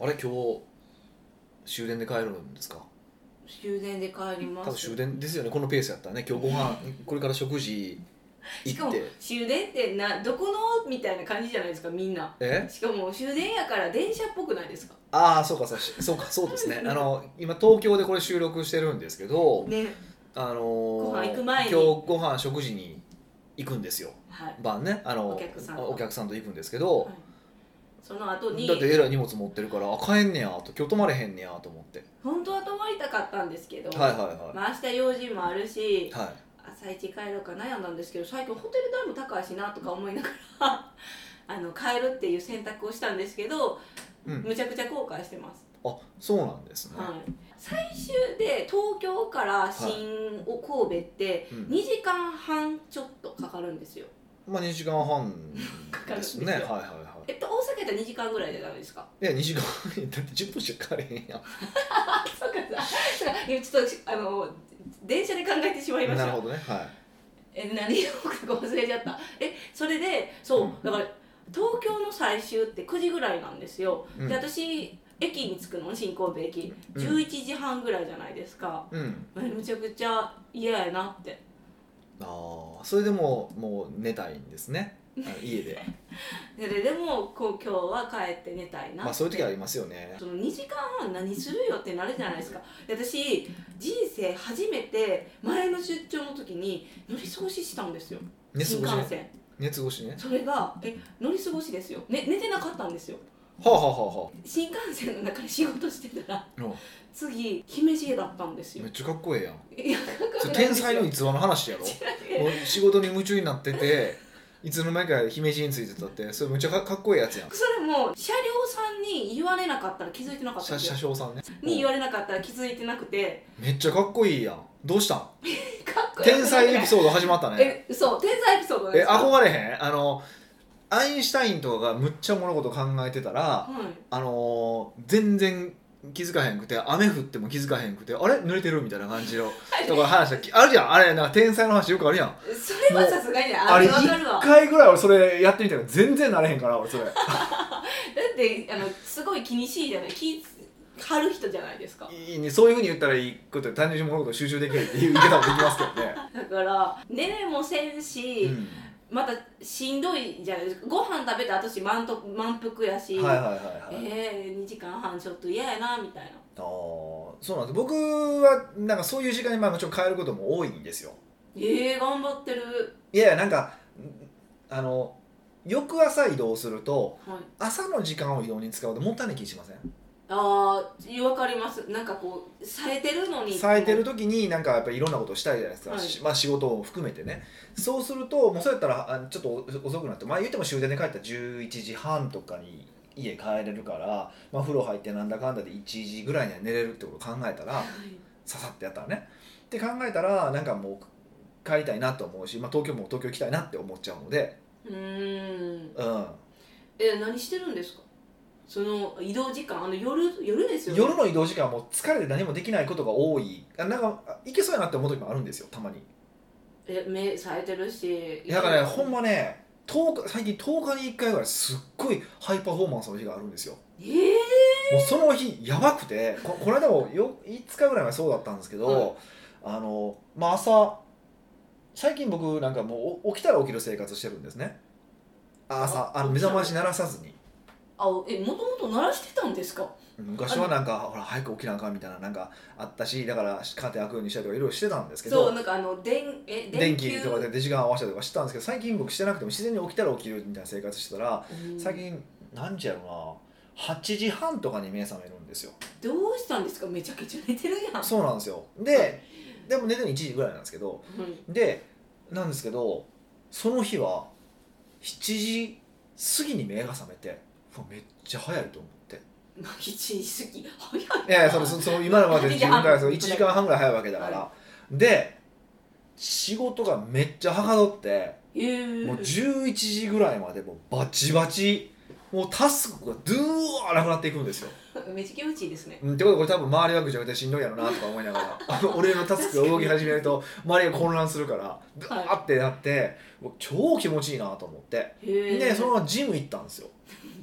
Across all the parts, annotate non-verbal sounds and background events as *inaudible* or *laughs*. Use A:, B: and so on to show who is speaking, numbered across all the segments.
A: あれ今日終電で帰るんですか
B: 終電で帰り
A: 多
B: ま
A: 分
B: す
A: 終電ですよねこのペースやったらね今日ご飯これから食事
B: し
A: 行
B: か
A: っ
B: も
A: て
B: 終電ってなどこのみたいな感じじゃないですかみんな
A: え
B: しかも終電やから電車っぽくないですか
A: ああそうかそうかそうかそうですねあの今東京でこれ収録してるんですけど、
B: ね
A: あのー
B: ご飯行く前に
A: 今日ご飯食事に行くんですよ
B: はい、
A: 晩ねあの
B: お客さんと
A: お客さんと行くんですけど、
B: はいその後に
A: だってえらい荷物持ってるからあ帰んねやと今日泊まれへんねやと思って
B: 本当は泊まりたかったんですけど、
A: はいはいは
B: まあ明日用事もあるし
A: い、はい
B: 朝一帰ろうか悩んだんですけど最近ホテル代も高いしなとか思いながら *laughs* あの帰るっていう選択をしたんですけど、
A: うん
B: むちゃくちゃ後悔してます、
A: あそうなんですね、
B: はい、最終で東京から新神戸って
A: うん
B: 2時間半ちょっとかかるんですよ
A: まあ2時間半ですね
B: *laughs* かかるんですよ
A: はいはいは
B: えっと大阪やったら2時間ぐらいじゃないですか
A: いいや2時間半 *laughs* だって10分しか帰れへんやん
B: あそうかそうかいやちょっとあの電車で考えてしまいまし
A: な
B: た
A: るほどねはい
B: え何を忘れちゃったえそれでそう、
A: うん
B: だから東京の最終って9時ぐらいなんですよ、
A: うん
B: で私駅に着くの新神戸駅
A: うん
B: 11時半ぐらいじゃないですか、
A: うん
B: えむちゃくちゃ嫌やなって
A: ああそれでももう寝たいんですねあの
B: *laughs*
A: 家で
B: でででもこう今日は帰って寝たいな
A: まあそういう時ありますよね
B: その2時間半何するよってなるじゃないですかで私人生初めて前の出張の時に乗り過ごししたんですよ
A: 寝過
B: 新
A: ごしね
B: 幹線
A: 寝過ごしね
B: それがえ乗り過ごしですよ、ね、寝てなかったんですよ
A: はあはあは
B: 新幹線の中で仕事してたら
A: あはあ
B: 次姫路へだったんです
A: うん
B: よ
A: めっちゃかっこええやん
B: いやかっこ
A: それ
B: よくない
A: 天
B: ですよ
A: 才の逸話の話やろ
B: 違う
A: もう仕事に夢中になってていつの間にか姫路についてたってそれめっちゃかかっこいいやつやん
B: それも車両さんに言われなかったら気づいてなかったん
A: 車
B: です
A: 車掌
B: よ
A: さんね
B: に言われなかったら気づいてなくて
A: めっちゃかっこいいやんどうしたん
B: かっこよくない
A: 天才エピソード始まったね
B: えそう天才エピソードなんで
A: え
B: すよ
A: 憧れへんあのアインシュタインとかがむっちゃ物事考えてたら
B: はい
A: あのー全然気づかへんくて雨降っても気づかへんくてあれ濡れてるみたいな感じのとか話したきあるじゃんあれなんか天才の話よくあるやん
B: それはさすがにあ
A: あれ
B: れ
A: 一
B: わかるわだ
A: 回ぐらい俺それやってみたけど全然なれへんから俺それ
B: ってあのすごい気にしいじゃない気張る人じゃないですか
A: いいねそういうふうに言ったらいいことで単純に物事を集中できるっていう言い方もできますけど
B: *laughs*
A: ね、
B: だから寝れもせんし、
A: う
B: またしんどいじゃないですかご飯食べた後し満と満腹やし、
A: ん、はいはいはいはい、
B: えー、2時間半ちょっと嫌やなみたいな
A: ああそうなんです僕はなんかそういう時間にまあもちろん変えることも多いんですよ
B: えー、頑張ってる
A: いやいやなんかんあの翌朝移動すると
B: はい
A: 朝の時間を移動に使うともったいない気しません
B: ああわかりますなんかこう冴えてるのに
A: 冴えてる時になんかやっぱりいろんなことをしたいじゃないですか、
B: はい
A: しまあ、仕事を含めてねそうするともうそうやったらあちょっと遅くなってまあ言っても終電で帰ったら11時半とかに家帰れるから、まあ、風呂入ってなんだかんだで1時ぐらいには寝れるってことを考えたら
B: はい
A: ささってやったらねって考えたらなんかもう帰りたいなと思うし、まあ、東京も東京行きたいなって思っちゃうので
B: うーん
A: うん
B: え何してるんですかその移動時間あの夜夜ですよね
A: 夜の移動時間はもう疲れて何もできないことが多いあなんかあ行けそうやなって思う時もあるんですよたまに
B: え目冴えてるし
A: だからねほんまね10日最近10日に1回ぐらいすっごいハイパフォーマンスの日があるんですよ
B: えー、
A: もうその日やばくてここの間もよ5日ぐらい前そうだったんですけど、あのまあ朝最近僕なんかもうお起きたら起きる生活してるんですねあ朝あの目覚まし鳴らさずに
B: あえもともと鳴らしてたんですか
A: 昔はなんかほら早く起きなあかんみたいななんかあったしだからカーテン開くようにしたりとかいろいろしてたんですけど
B: そうなんかあの電え
A: 電気とかで
B: 球
A: で時間合わせたりとかしてたんですけど最近僕してなくても自然に起きたら起きるみたいな生活してたら
B: うん
A: 最近何時やろうな8時半とかに目覚めるんですよ
B: どうしたんですかめちゃくちゃ寝てるやん
A: そうなんですよででも寝てるの1時ぐらいなんですけど
B: うん
A: でなんですけどその日は7時過ぎに目が覚めてうわめっちゃ早いと思って
B: まあ1時過ぎ早いない
A: やいやそのそのその今のまで
B: 8
A: 自
B: 時
A: 分
B: 半
A: から1時間半ぐらい早いわけだから、
B: は
A: で仕事がめっちゃはかどって
B: えー、
A: もう11時ぐらいまでもうバチバチもうタスクがドゥーワーなくなっていくんですよ
B: めっちゃ気持ちいいですね
A: うんってことはこれ多分周りはぐちゃぐちゃしんどいやろなとか思いながらあの俺のタスクが動き始めると周りが混乱するからドゥワーってなって、もう超気持ちいいなと思って
B: へえ
A: でそのままジム行ったんですよ、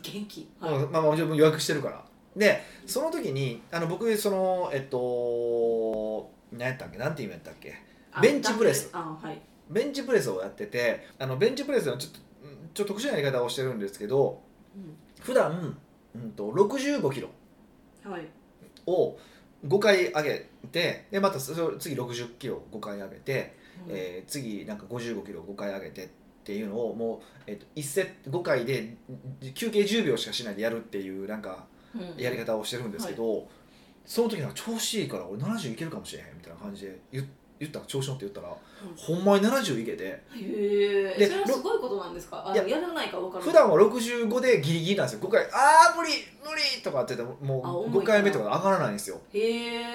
B: 元気、
A: うんまあまあもちろん予約してるからでその時にあの僕そのえっと何やったっけなんていうのやったっけ
B: あ
A: ベンチプレス
B: ダンベルあはい
A: ベンチプレスをやっててあのベンチプレスのちょっとうんちょっと特殊なやり方をしてるんですけど普段、うん、と65キロ
B: うんはい
A: を5回上げてでまたそそれ次60キロ5回上げて、えー次なんか55キロ5回上げてっていうのをもう、えっと1セット5回で休憩10秒しかしないでやるっていうなんか
B: うん
A: やり方をしてるんですけど、その時なんか調子いいから俺70いけるかもしれへんみたいな感じで言言ったら調子乗って言ったら、
B: ん
A: ほんまに70いけて
B: へえ
A: で
B: それはすごいことなんですかあ
A: いや
B: やらないから分かる
A: 普段は65でギリギリなんですよ5回「あー無理無理!」とかって言っても
B: あ重い
A: もう5回目とか上がらないんですよ
B: へ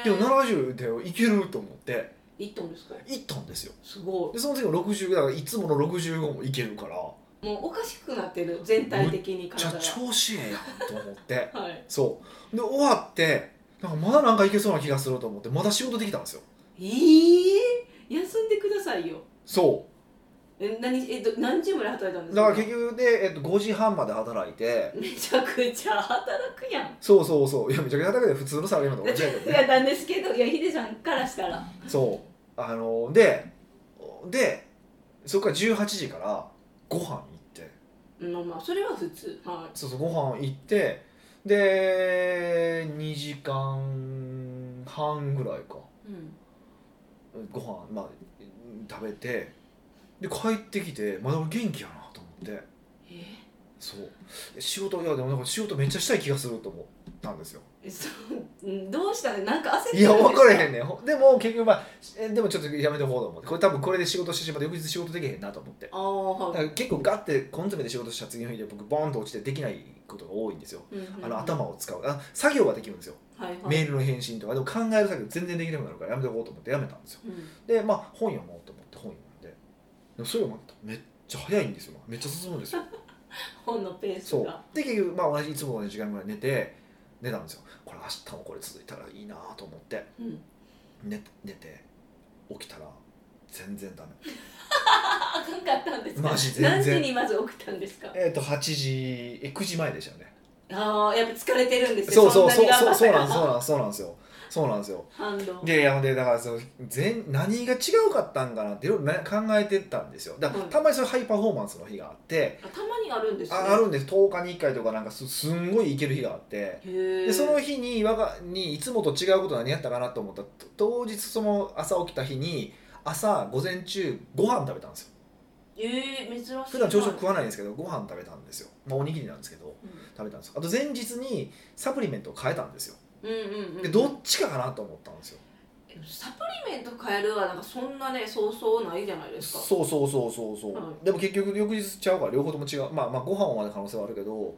B: え
A: でも70でいけると思って
B: 行ったんですか
A: 行ったんですよ
B: すご
A: でその次の60だからいつもの65もいけるから
B: いもうおかしくなってる全体的に
A: じゃあ
B: 体が
A: 調子ええやんと思って
B: はい
A: そうで終わってなんかまだなんかいけそうな気がすると思ってまだ仕事できたんですよ
B: ええ休んでくださいよ
A: そう
B: え何えど何時まで働いたんです
A: だから結局で、えっと、5時半まで働いて
B: めちゃくちゃ働くやん
A: そうそうそういやめちゃくちゃ働くで普通のサラリーマンと同じやけ
B: い
A: どね
B: やなんですけどいやヒデさんからしたら *laughs*
A: そうあのででそこから18時からご飯行って
B: まあまあそれは普通は
A: そうそうご飯行ってで2時間半ぐらいか
B: い、うん、
A: ご飯まあ食べてで帰ってきてまだ俺元気やなと思って
B: え
A: そう仕事いやでもなんか仕事めっちゃしたい気がすると思ったんですよ
B: そううんどうしたのなんか焦って *laughs*
A: いや分からへ
B: ん
A: んねんほでも結局まあえでもちょっとやめとこうと思ってこれ多分これで仕事してしまって翌日仕事できへんなと思って
B: あ
A: だ
B: あは
A: か
B: い、
A: ら結構ガッて根詰めて仕事した次の日で僕ボーンと落ちてできないことが多いんですよ
B: うんうんうん
A: あの頭を使うあ作業はできるんですよ
B: はいはい
A: メールの返信とかでも考える作業全然できなくなるからやめとこうと思ってやめたんですよ
B: うん
A: でまあ本読もうと思って本読んででもそれもめっちゃ早いんですよめっちゃ進むんですよ
B: 本のペース
A: そう
B: が
A: で結局まあ同じいつもの時間ぐらい寝て寝たんですよこれ明日もこれ続いたらいいなと思って
B: う、ん、
A: 寝寝て起きたら全然ダメ
B: ああかんかったんですか
A: マジ全然
B: 何時にまず起きたんですか
A: えっ、と8時え9時前でしたよね
B: ああやっぱ疲れてるんですよ
A: そうそうそう
B: なに
A: そう
B: 頑張っ
A: そうな
B: た
A: ん
B: ら
A: ですそうなんですそうなんですよそうなんですよ
B: 反動
A: でいやほんでだからその全何が違うかったんかなっていろいろな考えてたんですよだから、
B: うん
A: たまにそのハイパフォーマンスの日があって
B: あたまにあるんですね
A: ああるんです10日に1回とかなんかすすんごい行ける日があって
B: へえ
A: でその日に我がにいつもと違うこと何やったかなと思ったと当日その朝起きた日に朝午前中ご飯食べたんですよ
B: えー、珍しい
A: 普段朝食食わないんですけどご飯食べたんですよ、まあ、おにぎりなんですけど
B: うん
A: 食べたんですよあと前日にサプリメントを変えたんですよ
B: うんうんうん
A: でどっちかかなと思ったんですよ
B: サプリメント変えるはなんかそんなねそうそうないじゃないですか
A: そうそうそうそうそう、
B: は
A: でも結局翌日ちゃうから両方とも違うまあまあご飯はまだ可能性はあるけど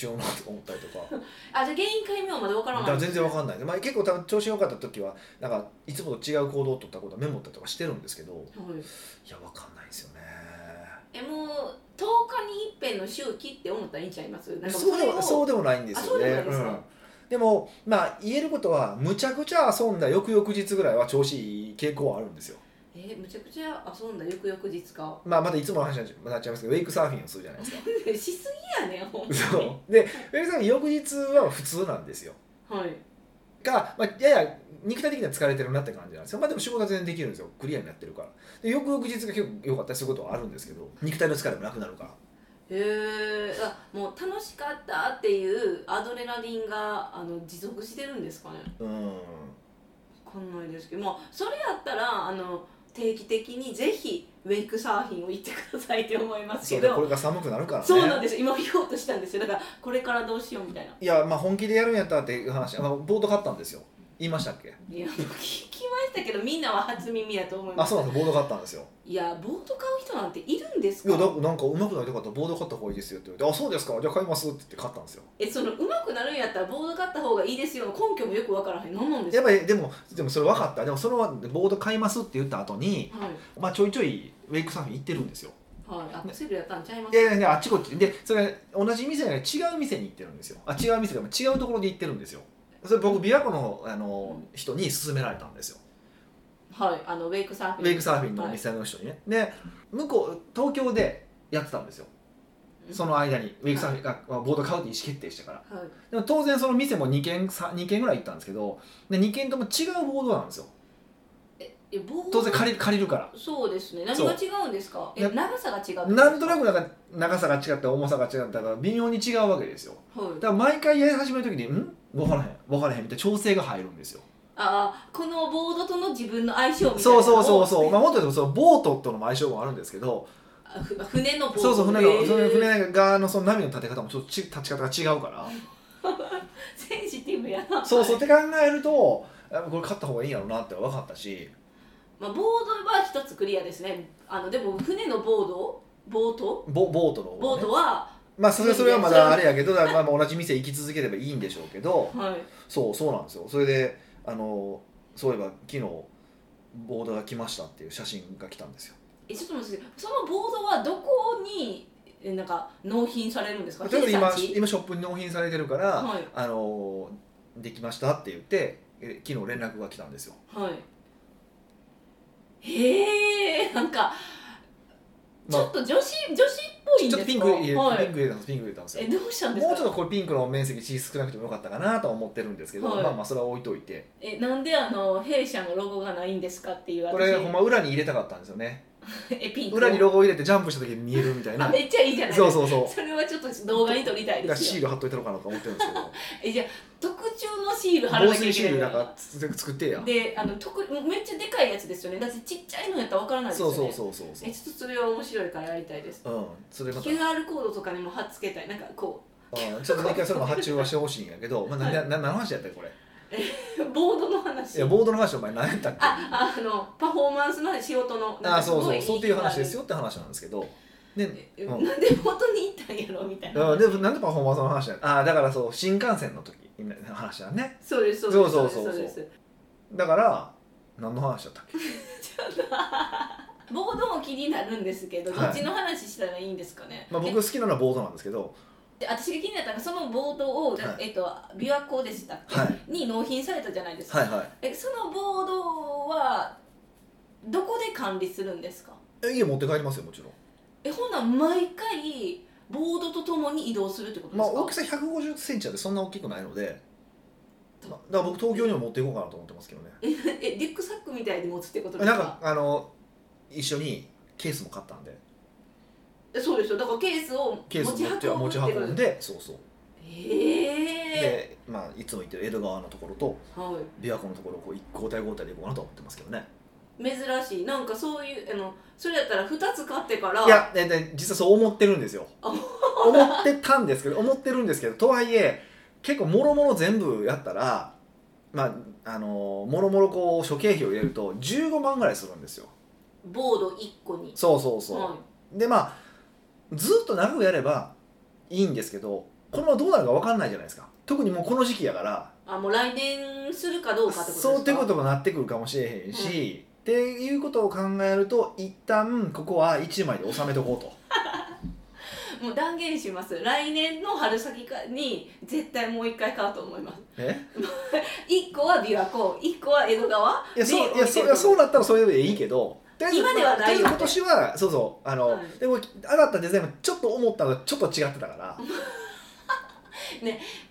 A: 違うなと思ったりとか
B: あ *laughs* じゃあ原因解明はまだわから
A: だ
B: ない
A: から全然わかんない、まあ、結構多分調子良かった時はなんかいつもと違う行動を取ったことはメモったりとかしてるんですけど
B: は
A: い
B: い
A: やわかんないですよね
B: えもう10日に一遍の周期って思ったらいいんちゃいますなんか
A: そうでもそううでもないんですよね
B: あそうでもないですか
A: んでもまあ言えることはむちゃくちゃ遊んだ翌々日ぐらいは調子いい傾向はあるんですよ
B: えむちゃくちゃ遊んだ翌々日か *laughs*
A: まあまたいつもの話になっちゃいますけどウェイクサーフィンをするじゃないですか
B: しすぎやねんほんまに
A: そうで上田さん翌日は普通なんですよ
B: はい
A: が、まあ、やや肉体的には疲れてるなって感じなんですよまあでも仕事は全然できるんですよクリアになってるからで翌々日が結構良かったりすることはあるんですけど肉体の疲れもなくなるから
B: へえあもう楽しかったっていうアドレナリンがあの持続してるんですかね
A: うん
B: わかんないですけどまあそれやったらあの定期的にぜひウェイクサーフィンを行ってくださいって思います
A: そ
B: け
A: うで
B: ど
A: これから寒くなるからね
B: そうなんです今言おうとしたんですよだからこれからどうしようみたいない
A: やまあ本気でやるんやったらっていう話あのボード買ったんですよ言いましたっけ
B: いやもう聞きましたけどみんなは初耳だと思いま
A: あ
B: す
A: そうなんですボード買ったんですよ
B: いやボート買う人なんているんです
A: いや
B: か
A: だなんかうまくなりたかったらボード買った方がいいですよって言われて「あそうですかじゃあ買います」って言って買ったんですよ
B: えそのうまくなるんやったらボード買った方がいいですよの根拠もよくわからへん何なんです
A: やっ
B: か
A: ぱりでもでもそれ分かったでもそのボード買いますって言った後に
B: はい
A: まあちょいちょいウェイクサーフィン行ってるんですよ
B: はいアップセルやったんちゃいま
A: い
B: す
A: やいやいやあっちこっちでそれ同じ店じゃなくて違う店に行ってるんですよあ違う店でも違うところで行ってるんですよそれ僕琵琶湖のあの人に勧められたんですよ
B: はいあのウェイクサーフィ
A: ウ
B: ン
A: ェイクサーフィンのお店の人にねで向こう東京でやってたんですよ
B: う
A: その間にウェイクさんがまあボード買うって意思決定してから
B: はい
A: でも当然その店も2軒さ二軒ぐらい行ったんですけどで2軒とも違うボードなんですよ
B: ええ棒
A: 当然借りる借りるから
B: そうですね
A: そ
B: 何
A: う
B: が違うんですかえ
A: や
B: 長さが違う
A: なんとな
B: く
A: くなんか長さが違った重さが違ったから微妙に違うわけですよ
B: は
A: だ
B: い
A: から毎回やり始める時に「ん分からへん分からへん」みたいな調整が入るんですよ
B: ああこのボードとの自分の相性みたいなの
A: そう
B: を
A: そうそうそう、まあ、もっと言うとそのボートとの相性もあるんですけど
B: あふ船のボード
A: そうそう船
B: へ
A: の
B: ー
A: その船側のその波の立て方もちょっとち立ち方が違うから
B: センシティブやな
A: そうそうって考えるとあこれ買った方がいいんやろうなって分かったし
B: まあ、ボードは一つクリアですねあのでも船のボードボート
A: ボボートの方がね
B: ボートは、
A: まあそれはそれはまだあれやけどだからまあ同じ店行き続ければいいんでしょうけど
B: はい
A: そうそうなんですよそれであのそういえば昨日ボードが来ましたっていう写真が来たんですよ
B: えちょっと待ってくださいそのボードはどこにえなんか納品されるんですか
A: とりあえず今
B: ヒデさん家
A: 今ショップに納品されてるから、
B: はい
A: あのできましたって言ってえ昨日連絡が来たんですよ
B: はいへえんかち
A: まあ
B: ょっと女子、女子っぽいん
A: ち
B: で
A: ょっと
B: すか
A: ピンク入れ、
B: は
A: ピン
B: い、
A: ク入れたんですピンク入れたんですよ
B: えどうしたんです
A: もうちょっ
B: か
A: とこれピンクの面積少なくてもよかったかなとは思ってるんですけど、
B: はい
A: まあまあそれは置いといて
B: えなんであの弊社のロゴがないんですかっていう私
A: これほんま裏に入れたかったんですよね
B: えピンク
A: 裏にロゴを入れてジャンプした時に見えるみたい
B: あ
A: な
B: めっちゃいいじゃないです
A: そ
B: か
A: うそうそう
B: それはちょっと動画に撮りたい
A: だから
B: です
A: シー
B: よ
A: ル貼っといたのかなと思ってるんですけど
B: えじゃあ特注のシール貼ら
A: 防
B: なきゃ
A: 水
B: い
A: シ
B: けな
A: ー
B: い
A: ル
B: か
A: なん
B: ら
A: かつ作ってや
B: であの特めっちゃでかいやつですよねだってちっちゃいのやったらわからないですよ
A: そう
B: ね
A: そうそうそうそ
B: えちょっとそれは面白いからやりたいです
A: ううんそれまた
B: QR コードとかにも貼っつけたいなんかこ
A: うんちょっと一回それも発注はしてほしいんやけど、まあ、ななな何の話やったっけこれ
B: うボードの話
A: いやボードの話お前何やったっけ
B: ああのパフォーマンスの仕事のなん
A: あ
B: か
A: あ
B: す
A: そう
B: ご
A: そうそうっていう話です
B: よ
A: よって話なんですけどで、うん
B: なんで本当に行ったんやろみたいな、
A: うん、でもなんでパフォーマンスの話だああだからそう新幹線の時の話だね
B: そうですそうです
A: そうそうそう
B: そうです
A: だから何の話だ
B: *laughs*
A: ったっけ
B: ボードも気になるんですけど、
A: はい
B: どっちの話したらいいんですかね、
A: まあ僕好きなのはボードなんですけど
B: で私が気になったのがそのボードを、
A: はい
B: えっと、琵琶湖でしたっけ、
A: はい
B: に納品されたじゃないですか、
A: はいはい
B: えそのボードはどこで管理するんですか
A: え家持って帰りますよもちろん
B: えほんなん毎回ボードとともに移動するってことで
A: まあ
B: すか、
A: 大きさ1 5 0ンチなんでそんな大きくないので、まあ、だから僕東京にも持っていこうかなと思ってますけどね
B: えリュックサックみたいに持つってことです
A: な
B: か
A: んかあの一緒にケースも買ったんで
B: えそうですよだからケースを
A: ケースも
B: 持ち
A: 持って
B: 運ぶ
A: 持
B: っ
A: ち
B: てこと
A: 運ん
B: です
A: でそうそう
B: ええ
A: で、まあ、いつも行ってる江戸川のところと
B: ーはい
A: 琵琶湖のところをこう一交代交代で行こうかなとは思ってますけどね
B: 珍しいなんかそういうあのそれやったら2つ買ってから
A: いやでで実はそう思ってるんですよ
B: あ
A: 思ってたんですけど思ってるんですけどとはいえ結構もろもろ全部やったらまああのもろもろこう諸経費を入れると15万ぐらいするんですよ
B: ボード1個に
A: そうそうそう、
B: はい
A: でまあずっと長くやればいいんですけどこのままどうなるか分かんないじゃないですか特にもうこの時期やから
B: あもう来年するかどうかってことですか
A: そうってこともなってくるかもしれへんし、っていうことを考えると一旦ここは1枚で収めとこうと
B: もう断言します来年の春先かに絶対もう一回買うと思います
A: え
B: 一個は琵琶湖一個は江戸川
A: いやそうい
B: で
A: やそういやそう
B: は
A: なったらそれでいいけどとりあえず
B: 今ではな
A: とりあ
B: いよね
A: えず今年はそうそうあの、
B: はい
A: でも上がったデザインもちょっと思ったのとちょっと違ってたから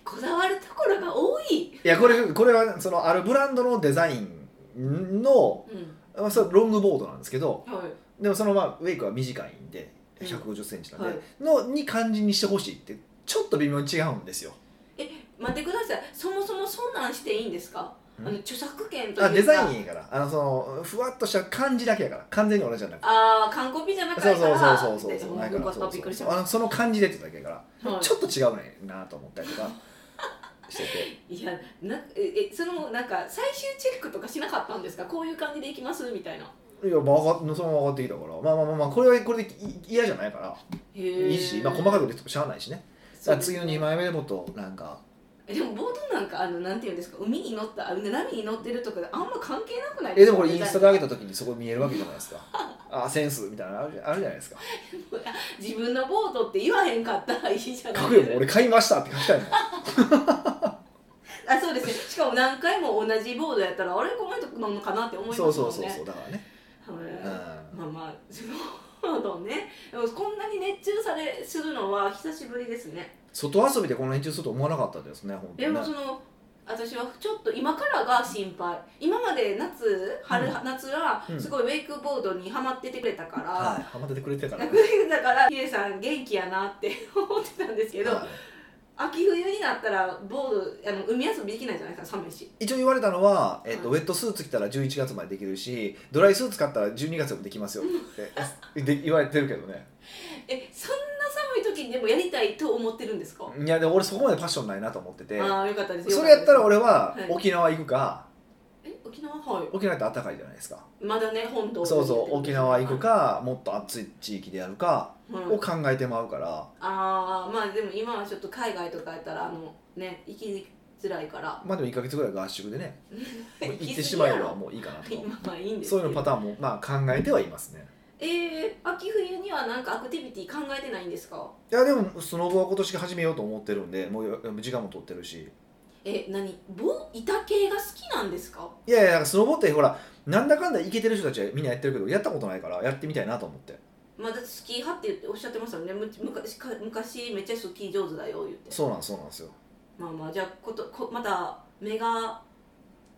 B: こだわるところが多い、
A: いやこれこれはそのあるブランドのデザインの
B: うん
A: まあそれロングボードなんですけど、
B: はい、
A: でもそのまあウェイクは短いんで
B: うん
A: 1 5 0ンチなんで、
B: はい
A: のに感じにしてほしいってちょっと微妙に違うんですよ
B: 待ってくださいそもそもそんなんしていいんですか
A: ん
B: あの著作権というか
A: あデザインやからあのそのふわっとした感じだけやから完全に同じじゃなくて
B: ああ韓国じゃなかった
A: そ
B: ら
A: うそうそうそうそうそう
B: で
A: ないか
B: よからっ
A: そ
B: た
A: う
B: びっく
A: そう
B: りし
A: そ
B: た、
A: うあのその感じでってだけやから
B: はい
A: ちょっと違うねんなと思ったりとかしてて
B: いやなええそのなんか最終チェックとかしなかったんですかこういう感じでいきますみたいない
A: やまあ上がそのまま上がってきたからまあまあまあまあこれはこれでい嫌じゃないから
B: へえ
A: いいし、まあ、細かく出てもしゃあないしねだから次の2枚目でもっとなんか
B: えでもボートなんかあのなんていうんですか海に乗ったあ波に乗ってるとかあんま関係なくない
A: えでもこれインスタで上げ
B: た
A: た時にそこ見えるわけじゃない
B: *laughs*
A: ですかあセンスみたいなのあるあるじゃないですか
B: 自分のボートって言わへんかったらいいじゃない
A: 書くよもう俺買いましたって書きたいもん
B: あそうですねしかも何回も同じボードやったらあれこの人乗んのかなって思いますもん
A: そ
B: ね
A: うそうそうそうだからね、
B: *laughs* はい
A: うん
B: まあまあそうだねでもこんなに熱中されするのは久しぶりですね
A: 外遊びでこんなに中すると思わなかったですね本当
B: で
A: にね
B: もその私はちょっと今からが心配今まで夏春、
A: うん
B: 夏は
A: うん
B: すごいウェイクボードにハマっててくれたから、
A: はいハマっててくれてたからね
B: だからヒデさん元気やなって *laughs* 思ってたんですけど、
A: はい
B: 秋冬になったらボードあの海遊びできないじゃないですか寒いし
A: 一応言われたのは、えっと
B: うん
A: ウェットスーツ着たら11月までできるしドライスーツ買ったら12月でもできますよってで言われてるけどね
B: えそんな寒い時にでもやりたいと思ってるんですか、
A: いやでも俺そこまでパッションないなと思ってて
B: ああよかったです
A: それやったら
B: よか
A: 俺は
B: はい
A: 沖縄行くか、
B: たですえ沖縄はい
A: 沖縄って暖かいじゃないですか
B: まだね本島
A: そうそう沖縄行くかもっと暑い地域でやるか
B: はい
A: を考えてまうから
B: ああまあでも今はちょっと海外とかやったらあのね行きづらいから
A: まあでも1か月ぐらい合宿でね
B: *laughs*
A: もう行ってし
B: 過
A: ま
B: ぎ
A: え
B: やろ
A: ばもういいかなと
B: 今はいいんです
A: そういうのパ
B: ターン
A: ターンもまあ考えてはいますね
B: えー、秋冬にはなんかアクティビティ考えてないんですか
A: いやでもスノボは今年始めようと思ってるんでもう時間も取ってるし
B: え何棒板系が好きなんですか
A: いやいやなんかスノボってほらなんだかんだイケてる人たちはみんなやってるけどやったことないからやってみたいなと思って
B: まあだってスキー派って言っておっしゃってましたもんねむ昔か昔めっちゃスキー上手だよ言って
A: そうなんそうなんですよ
B: まあまあじゃあことこまた目が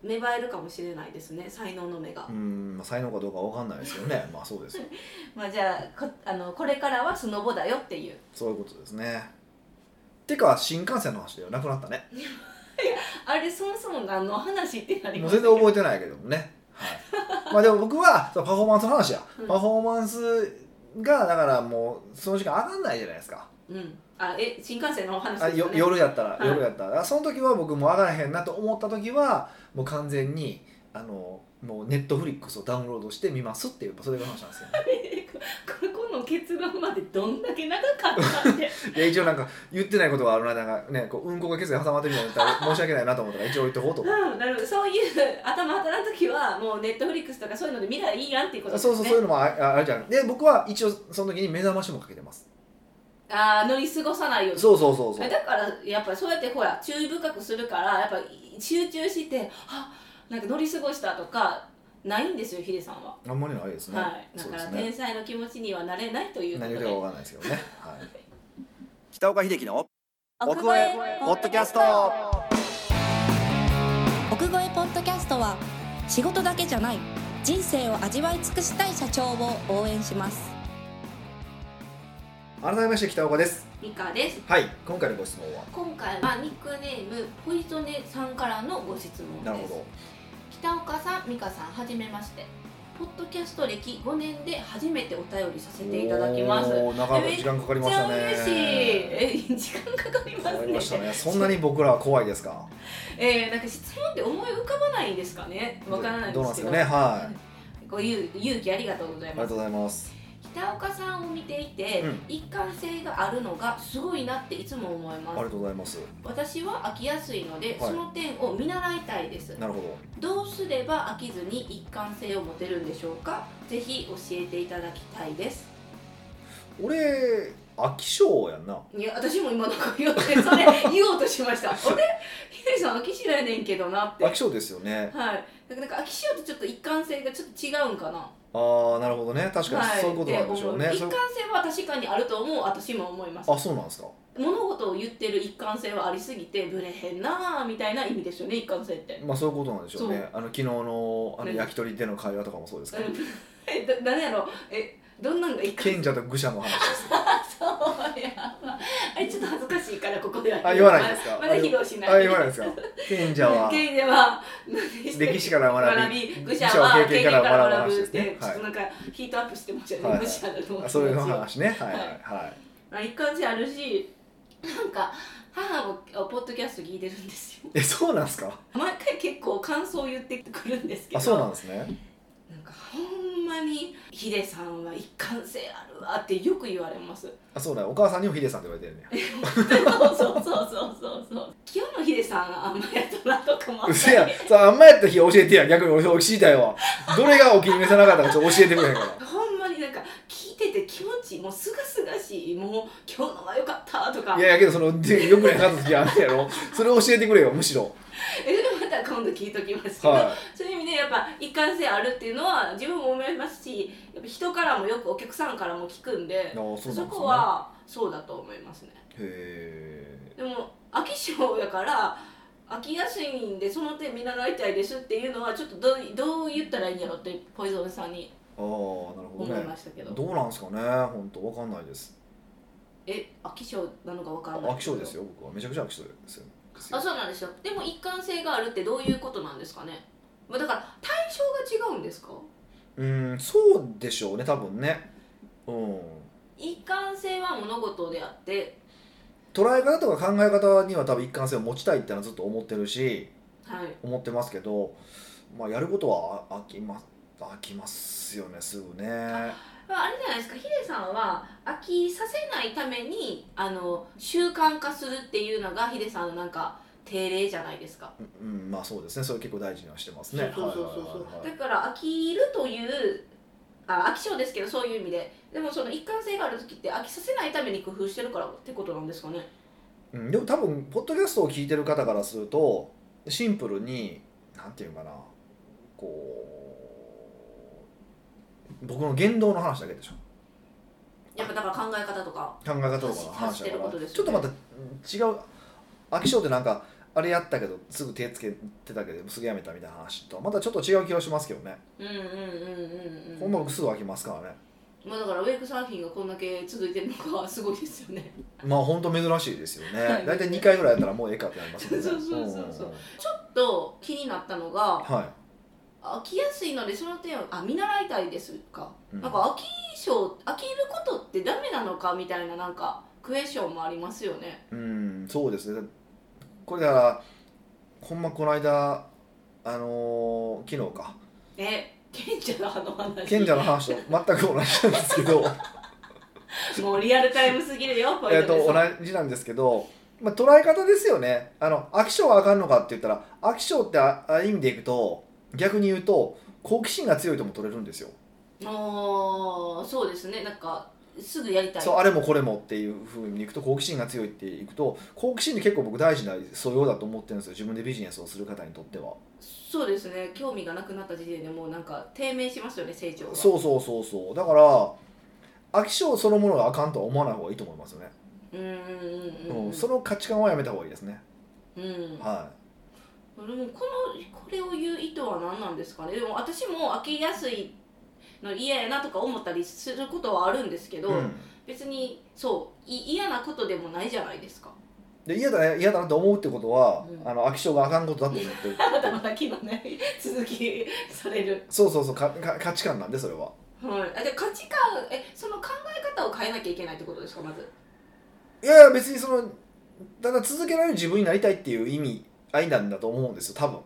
B: 芽生えるかもしれないですね才能の目が
A: うーん、まあ、才能かどうかわかんないですけど
B: *laughs*
A: ねまあそうですよ
B: まあじゃあこあのこれからはスノボだよっていう
A: そういうことですねてか新幹線の話だよなくなったね
B: あれそもそも何の話ってなり
A: も
B: ま
A: う
B: す
A: 全然覚えてないけどもね、
B: *laughs*
A: はい、まあでも僕はそうパフォーマンスの話や、
B: うん
A: パフォーマンスがだからもうその時間上がんないじゃないですか
B: うん、あえ新幹線のお話
A: あ
B: ですよ
A: よ
B: ね
A: 夜やったら、
B: はい
A: 夜やったらその時は僕もう上がらへんなと思った時はもう完全にあのもうネットフリックスをダウンロードして見ますっていうそれが話なんですよ、 *laughs* ね
B: ここの結論までどんだけ長かったって
A: いや、一応なんか言ってないことがあるななんかねこううんこが血液挟まってるみたいになったら申し訳ない *laughs* なと思ったから一応言っておこうと思っ
B: うんなるほどそういう頭働く時はもうネットフリックスとかそういうので見たらいいやんっていうこと
A: て
B: です
A: そうそ
B: ね
A: うそういうのもあああるじゃんで僕は一応その時に目覚ましもかけてます
B: あー乗り過ごさないように
A: そうそうそうそう
B: だからやっぱそうやってほら注意深くするからやっぱ集中してあなんか乗り過ごしたとかないんですよヒデさんは、
A: あんまりないですね、
B: はいだ
A: そう
B: か
A: で
B: ら
A: す
B: 天
A: ね
B: 才の気持ちにはなれないということ
A: 何
B: で
A: 言ってるかわかんないですけどね、はい、 *laughs* 北岡秀樹の奥越えポッドキャスト
C: 奥越えポッドキャストは仕事だけじゃない人生を味わい尽くしたい社長を応援します
A: 改めまして北岡です
B: ミカです
A: はい今回のご質問は
B: 今回はニックネームポイゾネさんからのご質問です
A: なるほ
B: 北岡さん美香さんはじめましてポッドキャスト歴5年で初めてお便りさせ
A: ど
B: ていただきます
A: おーなかなか時間かかりましたね
B: めっちゃ嬉しいえ時間かかります
A: かか
B: ね
A: りましたねそんなに僕らは怖いですか
B: えー、なんか質問って思い浮かばないんですかねわからないん
A: どう
B: で
A: なん
B: す
A: です
B: けど
A: かねはい
B: ご勇勇気ありがとうござ
A: あ
B: い
A: りが
B: ま
A: と
B: す
A: うございます
B: 北岡さんを見ていて、
A: うん
B: 一貫性があるのがすごいなっていつも思い
A: あり
B: ます
A: がとうございます
B: 私は飽きやすいので、
A: い
B: その点を見習いたいです
A: なるほ
B: どうすれば飽きずに一貫性を持てるんでしょうかぜひ教えていただきたいです
A: ど俺飽き性やんない
B: や私も今なんか言おうとそ
A: *laughs*
B: れ言おうとしましたあれひでさん飽きしないねんけどなって
A: 飽
B: はい
A: き性ですよね
B: なんかなんか飽き性とちょっと一貫性がちょっと違うんかな
A: ああなるほどね確か
B: は
A: にそういうことなん
B: って
A: でしょう
B: 思
A: ねそ
B: 一貫
A: う
B: 性は確かにあると思う私も思います
A: あそうなんですか
B: 物事を言ってる一貫性はありすぎてブレへんなーみたいな意味ですよね一貫性って
A: まあそういうことなんでしょう
B: そ
A: ねあの昨日のあの
B: ね
A: 焼き鳥での会話とかもそうですけど
B: えだ誰やろえどんなんが一貫性
A: 賢者と愚者の話です
B: そうやばあれちょっと恥ずかしいからここでは
A: あ言わないんですか
B: *laughs* まだまだ披露しない
A: あ言わないですか賢
B: *laughs*
A: 者は
B: 経営では何で *laughs* したっけ
A: 歴史から学び
B: 愚者は
A: 愚
B: 経
A: 者
B: 験から学ぶ
A: で
B: っ
A: す
B: て、
A: ね
B: ちょっ
A: は
B: となんかヒートアップしてましたよね、
A: はい
B: 愚者だと思っ
A: い
B: て
A: あそういう話ねはいはいはい
B: まあ一貫性あるしなんか母もポッドキャスト聞いてるんですよ
A: えそうなんですか
B: 毎回結構感想を言ってくるんですけど
A: あそうなんですね
B: なんかほんまにヒデさんは一貫性あるわってよく言われます
A: *laughs* あそうだよお母さんにもヒデさんって言われてるね
B: *laughs* そうそうそうそうそう清野ヒデさんがあんまやったなとかもあ
A: う
B: っ
A: せ
B: た
A: や
B: り
A: さああんまやった日教えてや逆に俺俺知りたいわどれがお気に召さなかったかちょっと教えてくれへん
B: *laughs*
A: から
B: ほんまになんか聞いてて気持ちいいもうすがすがしいもう今日のは良かったとか
A: いやいやけどそのでよくなかった時あんたやろそれ教えてくれよむしろ
B: えでもまたら今度聞 *laughs* いときますけど、
A: は
B: そういう意味でやっぱ一貫性あるっていうのは自分も思いますしやっぱ人からもよくお客さんからも聞くん
A: い、あ
B: で
A: ー
B: そ
A: そうなんです
B: こ
A: ね
B: はそうだと思いますね
A: へえ
B: でも飽き性やから飽きやすいんでその点見習いたいですっていうのはちょっとどうどう言ったらいいんやろってポイズンさんに
A: ああなるほ
B: 思
A: ど
B: い
A: ね
B: ましたけど、
A: どうなんですかね本当わかんないです
B: え飽き性なのかわかんない
A: 飽き性ですよ僕はめちゃくちゃ飽き性ですよ
B: あそうなんですよでも一貫性があるってどういうことなんですかねまあだから対象が違うんですか
A: うーんそうでしょうね多分ねうん
B: 一貫性は物事であって
A: 捉え方とか考え方には多分一貫性を持ちたいってのはずっと思ってるし
B: はい
A: 思ってますけど、まあ、やることは飽きます飽きますよねすぐね
B: あれじゃないですかヒデさんは飽きさせないためにあの習慣化するっていうのがヒデさんのなんか定例じゃないですか、
A: うんうんまあそうですねそれ結構大事にはしてますね
B: そうそうそうそう、
A: はいはいはいはい
B: だから飽きるというあ飽き性ですけどそういう意味ででもその一貫性がある時って飽きさせないために工夫してるからってことなんですかね
A: うん、でも多分ポッドキャストを聞いてる方からするとシンプルになんていうのかなこう僕の言動の話だけでしょ
B: やっぱだから考え方とか
A: 考え方とかの話
B: 走って
A: だか
B: る
A: ら、
B: ことです
A: ちょ
B: よ
A: っ
B: ね
A: とまたうん違う飽き性ってなんかあれやったけどすぐ手つけてたけどすぐやめたみたいな話とはまたちょっと違う気がしますけどね、
B: うんうんうんうんうん
A: ほんま僕すぐ飽きますからね
B: まあだからウェイクサーフィンがこんだけ続いてるのがすごいですよね
A: まあほんと珍しいですよ
B: は
A: ね
B: い
A: 大体2回ぐらいやったらもうええかってなりますもんね
B: そうそうそうそうんと気になったのが
A: は
B: 飽きやすいのでその点をあ見習いたいですか、
A: うん
B: なんか飽き性飽きることってダメなのかみたいななんかクエスチョンもありますよね
A: いうんそうですねこれだからほんまこの間あのー昨日か
B: え賢者のあの話
A: 賢者の話と全く同じなんですけど
B: もうリアルタイムすぎるよポイ
A: え
B: ン
A: っと
B: トです、
A: 同じなんですけど、まあ、捉え方ですよねあの飽き性はあかんのかって言ったら飽き性ってああ意味でいくと逆に言うと好奇心が強いとも取れるんですよ、
B: あーそうですねなんかすぐやりたい
A: そうあれもこれもっていうふうにいくと好奇心が強いっていくと好奇心って結構僕大事な素養だと思ってるんですよ自分でビジネスをする方にとっては
B: そうですね興味がなくなった時点でもうなんか低迷しますよね成長が
A: そうそうそうそうだから飽き性そのものがあかんとは思わない方がいいと思いますよね、
B: ううんうんうん、
A: う、
B: うんん、
A: その価値観はやめた方がいいですね、
B: うん
A: は
B: でもこのこれを言う意図は何なんですかねでも私も飽きやすいの嫌やなとか思ったりすることはあるんですけ
A: い、
B: ど、
A: うん、
B: 別にそうい嫌なことでもないじゃないですか
A: で嫌だね嫌だなと思うってことは、
B: うん
A: あの飽き性があかんことだと思って
B: *laughs*
A: る
B: あなたまだ昨日ね続きされる、
A: そうそうそうかか価値観なんでそれは
B: はい、あで価値観えその考え方を変えなきゃいけないってことですかまず
A: いやいや別にそのただ続けられる自分になりたいっていう意味愛なんだと思うんですよ多分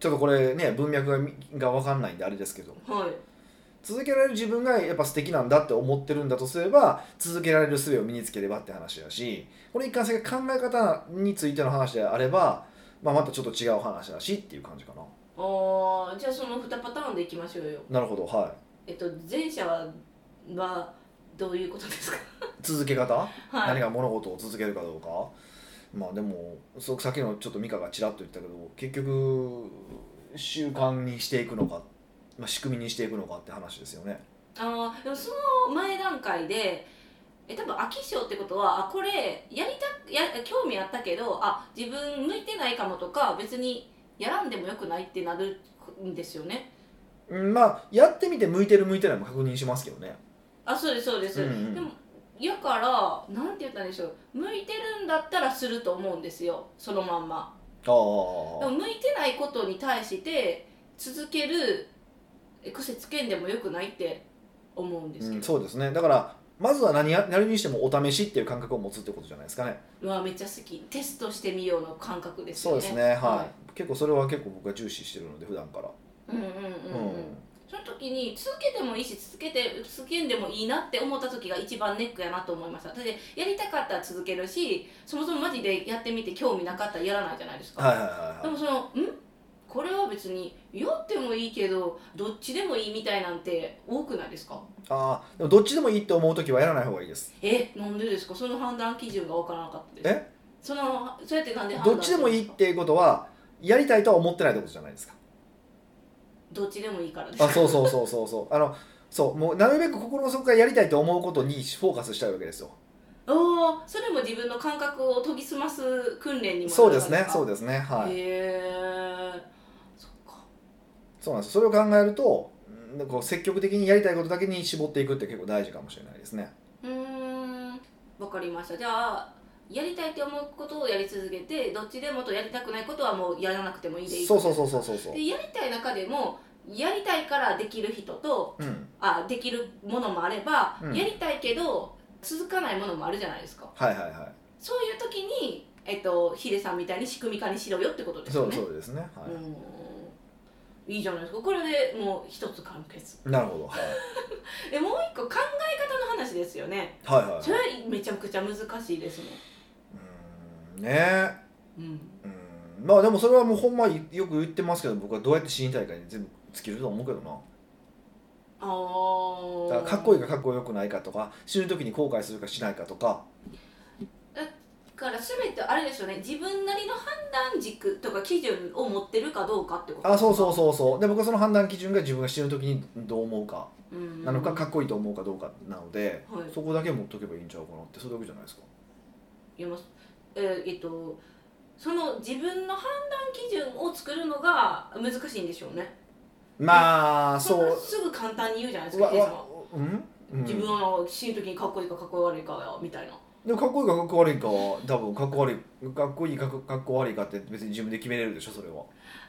A: ちょっとこれね文脈がみが分かんないんであれですけど
B: はい
A: 続けられる自分がやっぱ素敵なんだって思ってるんだとすれば続けられる術を身につければって話だしこれ一貫性が考え方についての話であれば、まあ、またちょっと違う話だしっていう感じかな
B: あーじゃあその2パターンでいきましょうよ
A: なるほどは
B: えっと前者ははどういうことですか
A: い続け方
B: はい
A: 何が物事を続けるかどうかまあでもそうさっきのちょっと美香がちらっと言ったけど結局習慣にしていくのか、まあ、仕組みにしていくのかって話ですよね
B: あーでもその前段階でえ多分飽き性ってことはあこれやりたや興味あったけどあ自分向いてないかもとか別にやらんでもよくないってなるんですよね
A: うんまあやってみて向いてる向いてないも確認しますけどね
B: あそうですそうです、
A: うんうん
B: でもやからなんて言ったらいいんでしょう向いてるんだったらすると思うんですよそのまんま
A: あ
B: でも
A: あ
B: 向いてないことに対して続けるえ癖つけんでもよくないって思うんです
A: う
B: け
A: ん、
B: ど、
A: そうですねだからまずは何や何にしてもお試しっていう感覚を持つってことじゃないですかね
B: うわめっちゃ好きテストしてみようの感覚です
A: そう
B: よね
A: ですねはい、結構それは結構僕は重視してるので普段から
B: うんうんうんうんその時に続けてもいいし続けて続けんでもいいなって思った時が一番ネックやなと思いましただってやりたかったら続けるしそもそもマジでやってみて興味なかったらやらないじゃないですか、
A: はいはいはい
B: で
A: はい
B: もそのんこれは別にやってもいいけどどっちでもいいみたいなんて多くないですか
A: ああでもどっちでもいいって思う時はやらない方がいいです
B: えなんでですかその判断基準がわからなかったです
A: え
B: そのそうやってなんで判断
A: どっちでもいい
B: す
A: っ
B: るん
A: ていうことはやりたいとは思ってないってことじゃないですか
B: どっちでもいいからです
A: あそうそうそうそう
B: *laughs*
A: そうあのそうもうなるべく心の底からやりたいと思うことにフォーカスしたいわけですよ
B: おーそれも自分の感覚を研ぎ澄ます訓練にもなる
A: そうですね
B: か
A: そうですねはい、
B: へえそっか
A: そうなんですそれを考えるとうんこう積極的にやりたいことだけに絞っていくって結構大事かもしれないですね
B: うーんわかりましたじゃあやりたいって思うことをやり続けてどっちでもとやりたくないことはもうやらなくてもいいでいい
A: そうそうそうそうそうそう
B: でやりたい中でもやりたいからできる人と
A: うん
B: あできるものもあれば、
A: うん
B: やりたいけど続かないものもあるじゃないですか
A: はいはいは
B: そういう時に、えっと、ヒデさんみたいに仕組み化にしろよってことで
A: い
B: すよ
A: そ
B: ね
A: うそうですねは
B: うーんいいじゃないですかこれでもう一つ完結
A: いなるほどはい
B: でもう一個考え方の話ですよね
A: はいはい
B: それはめちゃくちゃ難しいですね
A: うーんね
B: うん
A: うんまあでもそれはもうほんまによく言ってますけど僕はどうやって死にたいかに全部尽きると思うけどな
B: あー
A: だからかっこいいかかっこよくないかとか死ぬ時に後悔するかしないかとか
B: だから全てあれですよね自分なりの判断軸とか基準を持ってるかどうかってこと
A: あそうそうそうそうで僕はその判断基準が自分が死ぬ時にどう思うか
B: ううん
A: なのかかっこいいと思うかどうかなので、
B: はい
A: そこだけ持っとけばいいんちゃうかなってそれだけじゃないですか
B: 言いますえーえっとその自分の判断基準を作るのが難しいんでしょうね
A: まあそ
B: んな
A: う
B: すぐ簡単に言うじゃないですか
A: わ
B: ヒデさんは
A: わうん、うん、
B: 自分は死ぬ時にかっこいいかかっこ悪いかよみたいな
A: でもかっこいいかかっこ悪いかは多分かっこ悪いかっこいいかかかっこ悪いかって別に自分で決めれるでしょそれは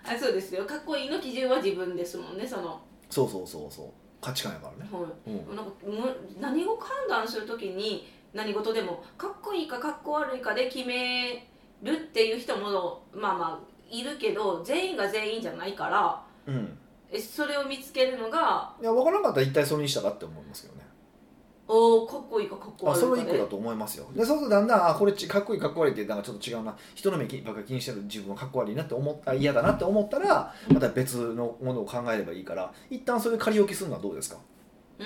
B: あそうですよかっこいいの基準は自分ですもんねその、は
A: そうそうそうそう価値観やからね、
B: い、
A: うん、
B: なんかむ何を判断するときに何事でもかっこいいかかっこ悪いかで決めるっていう人もまあまあいるけど全員が全員じゃないから
A: うん、
B: えそれを見つけるのが
A: いや分からなかったら一体それにしたかって思いますけどね
B: おおかっこいいかかっこ
A: あ
B: 悪い
A: そ
B: か
A: れ一個
B: で
A: だと思いますよでそうするとだんだんあこれちかっこいいかっこ悪いってなんかちょっと違うな人の目ばっかり気にしてる自分はかっこ悪いなって思った嫌だなって思ったらまた別のものを考えればいいから一旦それ仮置きするのはどうですか
B: う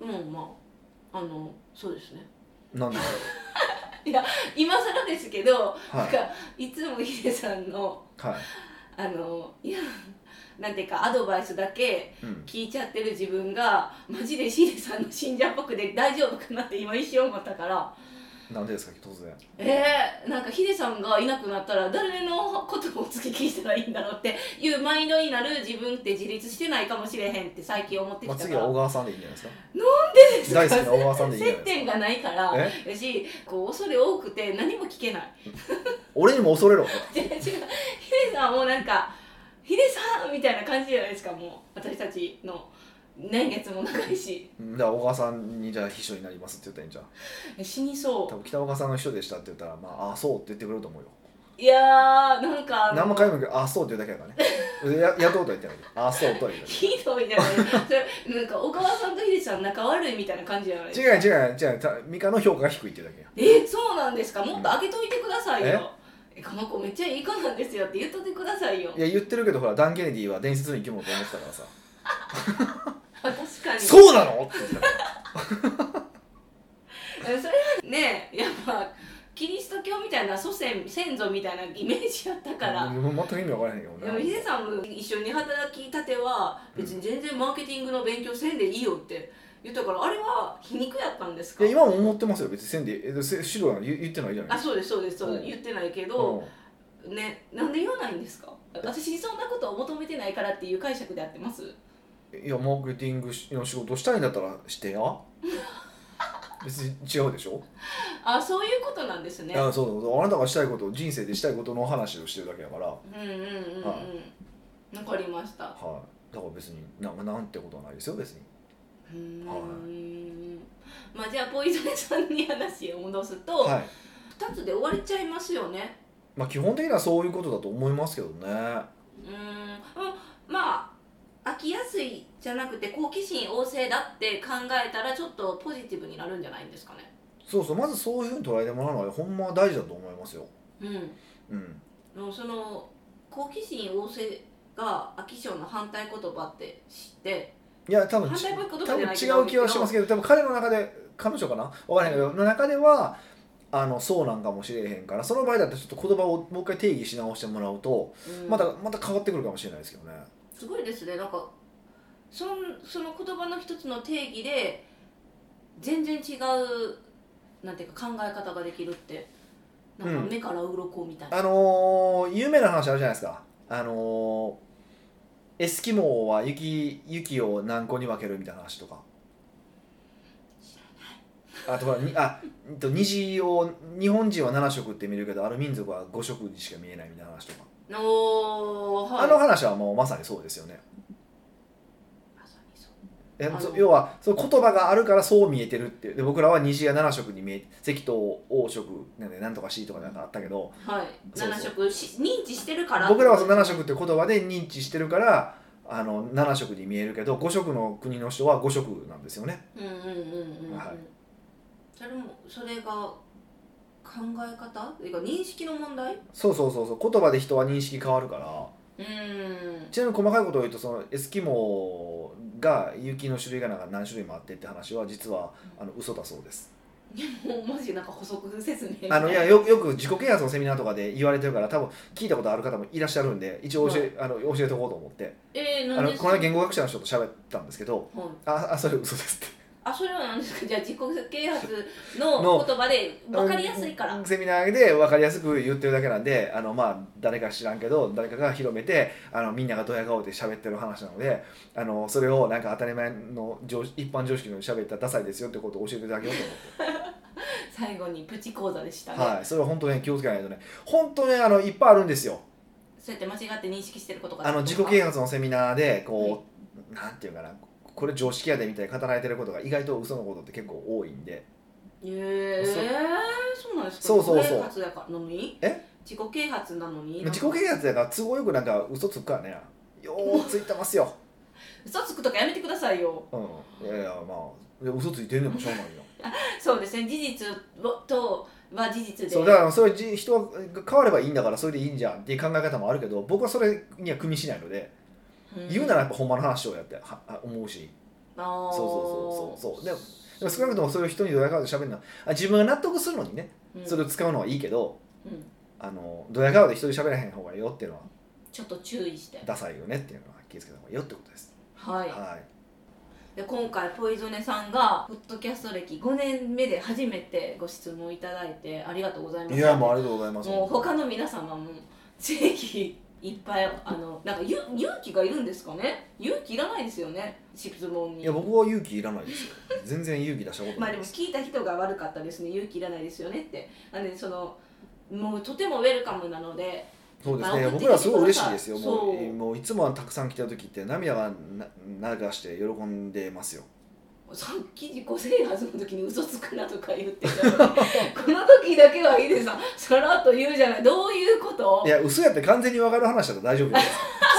B: ーんもうまああのそうですね
A: なん
B: *laughs*
A: でだろ
B: 今更ですけど、
A: うはい
B: なんかいつもヒデさんの
A: はい、
B: あのいやなんていうかアドバイスだけ
A: うん、
B: 聞いちゃってる自分がマジでシーデさんの信者っぽくで大丈夫かなって今一瞬思ったから
A: なんでですか突然
B: えー、なんかヒデさんがいなくなったら誰のことを突き聞いたらいいんだろうっていうマインドになる自分って自立してないかもしれへんって最近思ってき
A: まあ、
B: たか
A: 次
B: ら、
A: は小川さんでいいんじゃない
B: *laughs*
A: ですか
B: で
A: 大
B: す
A: 好きな小川さんでいいんじゃ
B: 接
A: ない
B: 点
A: ですか
B: がないから
A: え
B: やしこう恐れ多くて何も聞けない *laughs*
A: 俺にも恐れろ
B: 違う違うヒデさんもなんかヒデさんみたいな感じじゃないですかもう私たちの年月も長いし
A: うんじゃあ小川さんにじゃあ秘書になりますって言ったらいいんじゃん
B: 死にそう
A: 多分北岡さんの人でしたって言ったらまああそうって言ってくれると思うよ
B: いやーなんかあの
A: 何も書いてないけどあそうって言うだけだからねややったことは言ってないけどあそうとは言うだけ
B: ひどいじゃないそれなんか小川さんと秀さん仲悪いみたいな感じじゃないですか
A: 違う違う違うたミカの評価が低いっていうだけや
B: えそうなんですかもっと開けといてくださいよえこの子めっちゃいい子なんですよって言っといてくださいよ
A: いや言ってるけどほらダン・ケネディは伝説の生き物と思ってた
B: *laughs*
A: からさ
B: あ確かに
A: そうなのって言ってたから
B: えそれはねやっぱキリスト教みたいな祖先先祖みたいなイメージやったから、
A: うん全く意味わからへんけ
B: で
A: ど
B: もヒデ
A: ね
B: さんも一緒に働きたては別に全然マーケティングの勉強せんでいいよって言ったからあれは皮肉やったんです
A: い
B: か
A: や今も思ってますよ別にせんでえでせ指導なんか言言ってないじゃない
B: あ
A: ですか
B: そうですそうですそうです
A: うん
B: 言ってないけど、
A: うん
B: ね、なんで言わないんですか私にそんなことを求めてないからっていう解釈でやってます
A: いやマーケティングの仕事したいんだったらしてや別に違うでしょ、
B: あそういうことなんですね
A: あそうそうそうあなたがしたいこと人生でしたいことの話をしてるだけだから、は
B: うんうんうんうん
A: は
B: わかりました
A: い、だから別になんかなんてことはないですよ別に
B: うーん、
A: は
B: まあじゃあポイズネさんに話を戻すと、
A: はい
B: 2つで終われちゃいますよね
A: まあ基本的にはそういうことだと思いますけどね
B: うーんうんまあ飽きやすいじゃなくて好奇心旺盛だって考えたらちょっとポジティブになるんじゃないんですかね
A: そうそうまずそういうふうに捉えてもらうのはほんまは大事だと思いますよ
B: うん
A: うん
B: もうその好奇心旺盛が飽き性の反対言葉って知って
A: いや多分
B: 反
A: ち
B: 対語言葉
A: 多
B: じ
A: 分
B: ゃ
A: 違
B: ないけど
A: う気はしますけど多分彼の中で彼女かなわからないけどの中ではあのそうなんかもしれへんからその場合だってちょっと言葉をもう一回定義し直してもらうと
B: うん
A: またまた変わってくるかもしれないですけどね
B: すごいですねなんかそのその言葉の一つの定義で全然違うなんていうか考え方ができるってなんか
A: うん
B: 目から鱗みたいな、
A: あのー有名な話あるじゃないですかあのーエスキモーは雪雪を何個に分けるみたいな話とかあとほらにあうんと虹を日本人は7色って見るけどある民族は5色にしか見えないみたいな話とか、
B: おーはい
A: あの話はもうまさにそうですよね
B: まさにそう
A: え
B: の
A: そ要はその言葉があるからそう見えてるっていうで僕らは虹が7色に見えて赤と黄色なんでなんとか C とかなんかあったけど
B: はい
A: そうそう
B: 7色し認知してるから
A: 僕らはその7色って言葉で認知してるからあの7色に見えるけど5色の国の人は5色なんですよね
B: うんうんうんうん、うん
A: はい
B: それもそれが考え方っていうか認識の問題
A: そうそうそうそう言葉で人は認識変わるから
B: うーん *laughs*
A: ちなみに細かいことを言うとそのエスキモーが雪の種類がなんか何種類もあってって話は実はあの嘘だそうです
B: もうマジなんか補足説明みた
A: あのいやよよく自己啓発のセミナーとかで言われてるから多分聞いたことある方もいらっしゃるんで一応教え,、あの教えておこうと思って
B: えー、
A: あ
B: 何
A: の
B: です
A: この間言語学者の人と喋ったんですけど
B: はい
A: ああそれ嘘ですって
B: あそれは何ですかじゃあ自己啓発の言葉で分かりやすいから
A: うんセミナーで分かりやすく言ってるだけなんであのまあ誰か知らんけど誰かが広めてあのみんながドヤ顔で喋ってる話なのであのそれをなんか当たり前の常識一般常識のように喋ったらダサいですよってことを教えてあげようと思って
B: 最後にプチ講座でしたね、
A: はいそれは本当ね気をつけないとね本当ねあのいっぱいあるんですよ
B: そうやって間違って認識してることが
A: あの自己啓発のセミナーでこう、なんていうかなこれ常識やでみたいに語られてることが意外と嘘のことって結構多いんで
B: へえそうなんですか
A: そうそうそう
B: 自己啓発だからのに
A: え
B: 自己啓発なのに
A: 自己啓発だから都合よくなんか嘘つくからねようついてますよ
B: 嘘つくとかやめてくださいよ
A: うん、いやいやまあいや嘘ついてんねんもしょうが
B: *laughs*
A: ないよ
B: そうですね事実をとは事実で
A: そうだからそれじ人が変わればいいんだからそれでいいんじゃんっていう考え方もあるけど僕はそれには組みしないので、
B: うん
A: 言うならやっぱほんまの話をやってはは思うし
B: あー
A: そうそうそうそうでもでも少なくともそれを人にドヤ顔で喋るのはあ自分が納得するのにね
B: うん
A: それを使うのはいいけど、
B: うん
A: あのドヤ顔で人に喋らへん方がいいよっていうのは
B: ちょっと注意して
A: ダサいよねっていうのは気をつけた方がいいよってことです、
B: はい
A: はい
B: で今回ポイゾネさんがポッドキャスト歴5年目で初めてご質問いただいてありがとうございます
A: いやもうありがとうございます
B: もう他の皆様もぜひいっぱいあのなんかゆ勇気がいるんですかね勇気いらないですよね質問に
A: いや僕は勇気いらないですよ全然勇気出したこと
B: *laughs*
A: な
B: まあ
A: い
B: でも
A: です、
B: 聞いた人が悪かったですね勇気いらないですよねってなんでそのもうとてもウェルカムなので
A: そうです
B: ま
A: ね
B: あ送ってきて
A: 僕らすごい嬉しいですよ
B: ください
A: もう
B: そう
A: えもういつもはたくさん来た時って涙がな流して喜んでますよ
B: さっき自己啓発の時に嘘つくなとか言ってた
A: *laughs*
B: のにこの時だけはいいですささらっと言うじゃないどういうこと
A: いや嘘やって完全に分かる話だと大丈夫
B: *laughs*
A: です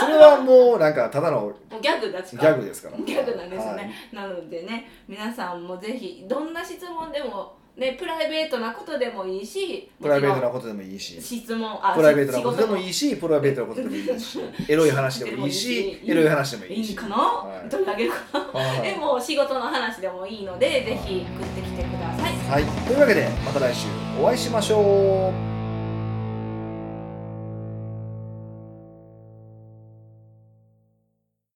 A: それはもうなんかただの
B: ギャグだし
A: ギ
B: か
A: ャグですから
B: *laughs* ギャグなんですね、
A: はい
B: なのでね皆さんもぜひどんな質問でも、ね、プライベートなことでもいいし
A: プライベート
B: も
A: なことでもいい
B: ち
A: し
B: ろん質問あ
A: プライベートなことでも
B: い
A: いいしプライベートなことでもいいしエロい話でもいい
B: でも
A: し
B: いいし
A: エロい話でもいい
B: い
A: し
B: いかな、
A: はい
B: 取り上げるかな、
A: はい
B: でも仕事の話でもいいのでぜひ送ってきてくださ
A: は
B: い
A: い、というわけでまた来週お会いしましょう